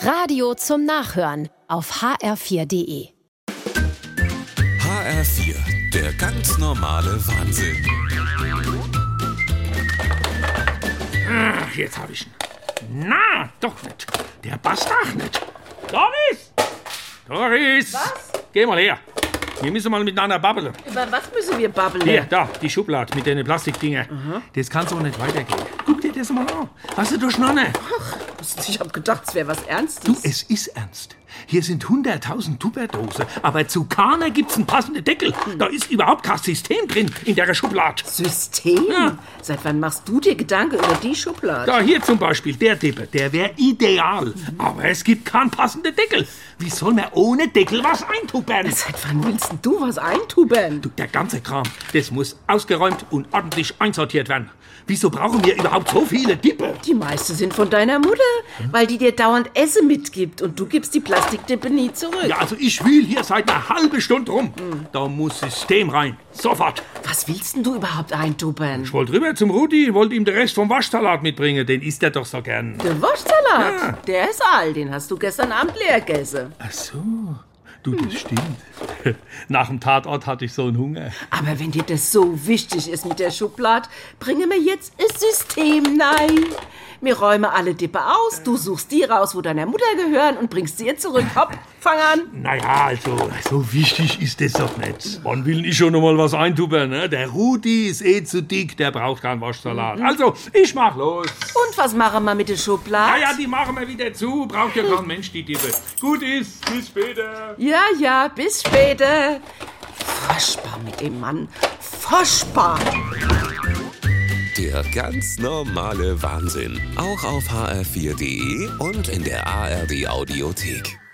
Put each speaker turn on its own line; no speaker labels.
Radio zum Nachhören auf hr4.de.
HR4, der ganz normale Wahnsinn.
Ach, jetzt hab ich ihn. Na, doch nicht. Der passt auch nicht. Doris! Doris!
Was?
Geh mal her. Wir müssen mal miteinander babbeln.
Über was müssen wir babbeln?
Hier, da, die Schublade mit den Plastikdingen. Das kann so nicht weitergehen. Guck dir das mal an. Was ist durch Nonne?
Ich hab gedacht, es wäre was
Du, äh,
Ernstes.
es ist ernst. Hier sind 100.000 Tupperdosen, aber zu keiner gibt's einen passenden Deckel. Da ist überhaupt kein System drin in der Schublade.
System?
Ja.
Seit wann machst du dir Gedanken über die Schublade?
Da hier zum Beispiel, der Dippe, der wäre ideal. Aber es gibt keinen passenden Deckel. Wie soll man ohne Deckel was eintuppern?
Seit wann willst denn du was eintubern?
Du, der ganze Kram, das muss ausgeräumt und ordentlich einsortiert werden. Wieso brauchen wir überhaupt so viele Dippe?
Die meisten sind von deiner Mutter,
Hm?
weil die dir dauernd Essen mitgibt und du gibst die Plastikdippe nie zurück.
Ja, also ich wühl hier seit einer halben Stunde rum. Da muss System rein. Sofort.
Was willst denn du überhaupt eintubern?
Ich wollte rüber zum Rudi, wollte ihm den Rest vom Waschsalat mitbringen. Den isst er doch so gern.
Der Wurstsalat,
Ja.
der ist all, den hast du gestern Abend leer gegessen.
Ach so. Du, das stimmt. Nach dem Tatort hatte ich so einen Hunger.
Aber wenn dir das so wichtig ist mit der Schublade, bringe mir jetzt das System nein. Wir räumen alle Dippe aus, du suchst die raus, wo deiner Mutter gehören und bringst sie ihr zurück. Hopp, fang an.
Naja, also, so wichtig ist das doch nicht. Wann will ich schon noch mal was eintubern, ne? Der Rudi ist eh zu dick, der braucht keinen Waschsalat. Also, ich mach los.
Und was machen wir mit der
Ja,
Schublade?
ja, die machen wir wieder zu. Braucht ja kein Mensch, die Dippe. Gut ist, bis später.
ja, ja, bis später. Furchtbar mit dem Mann. Furchtbar.
Der ganz normale Wahnsinn. Auch auf hr4.de und in der ARD-Audiothek.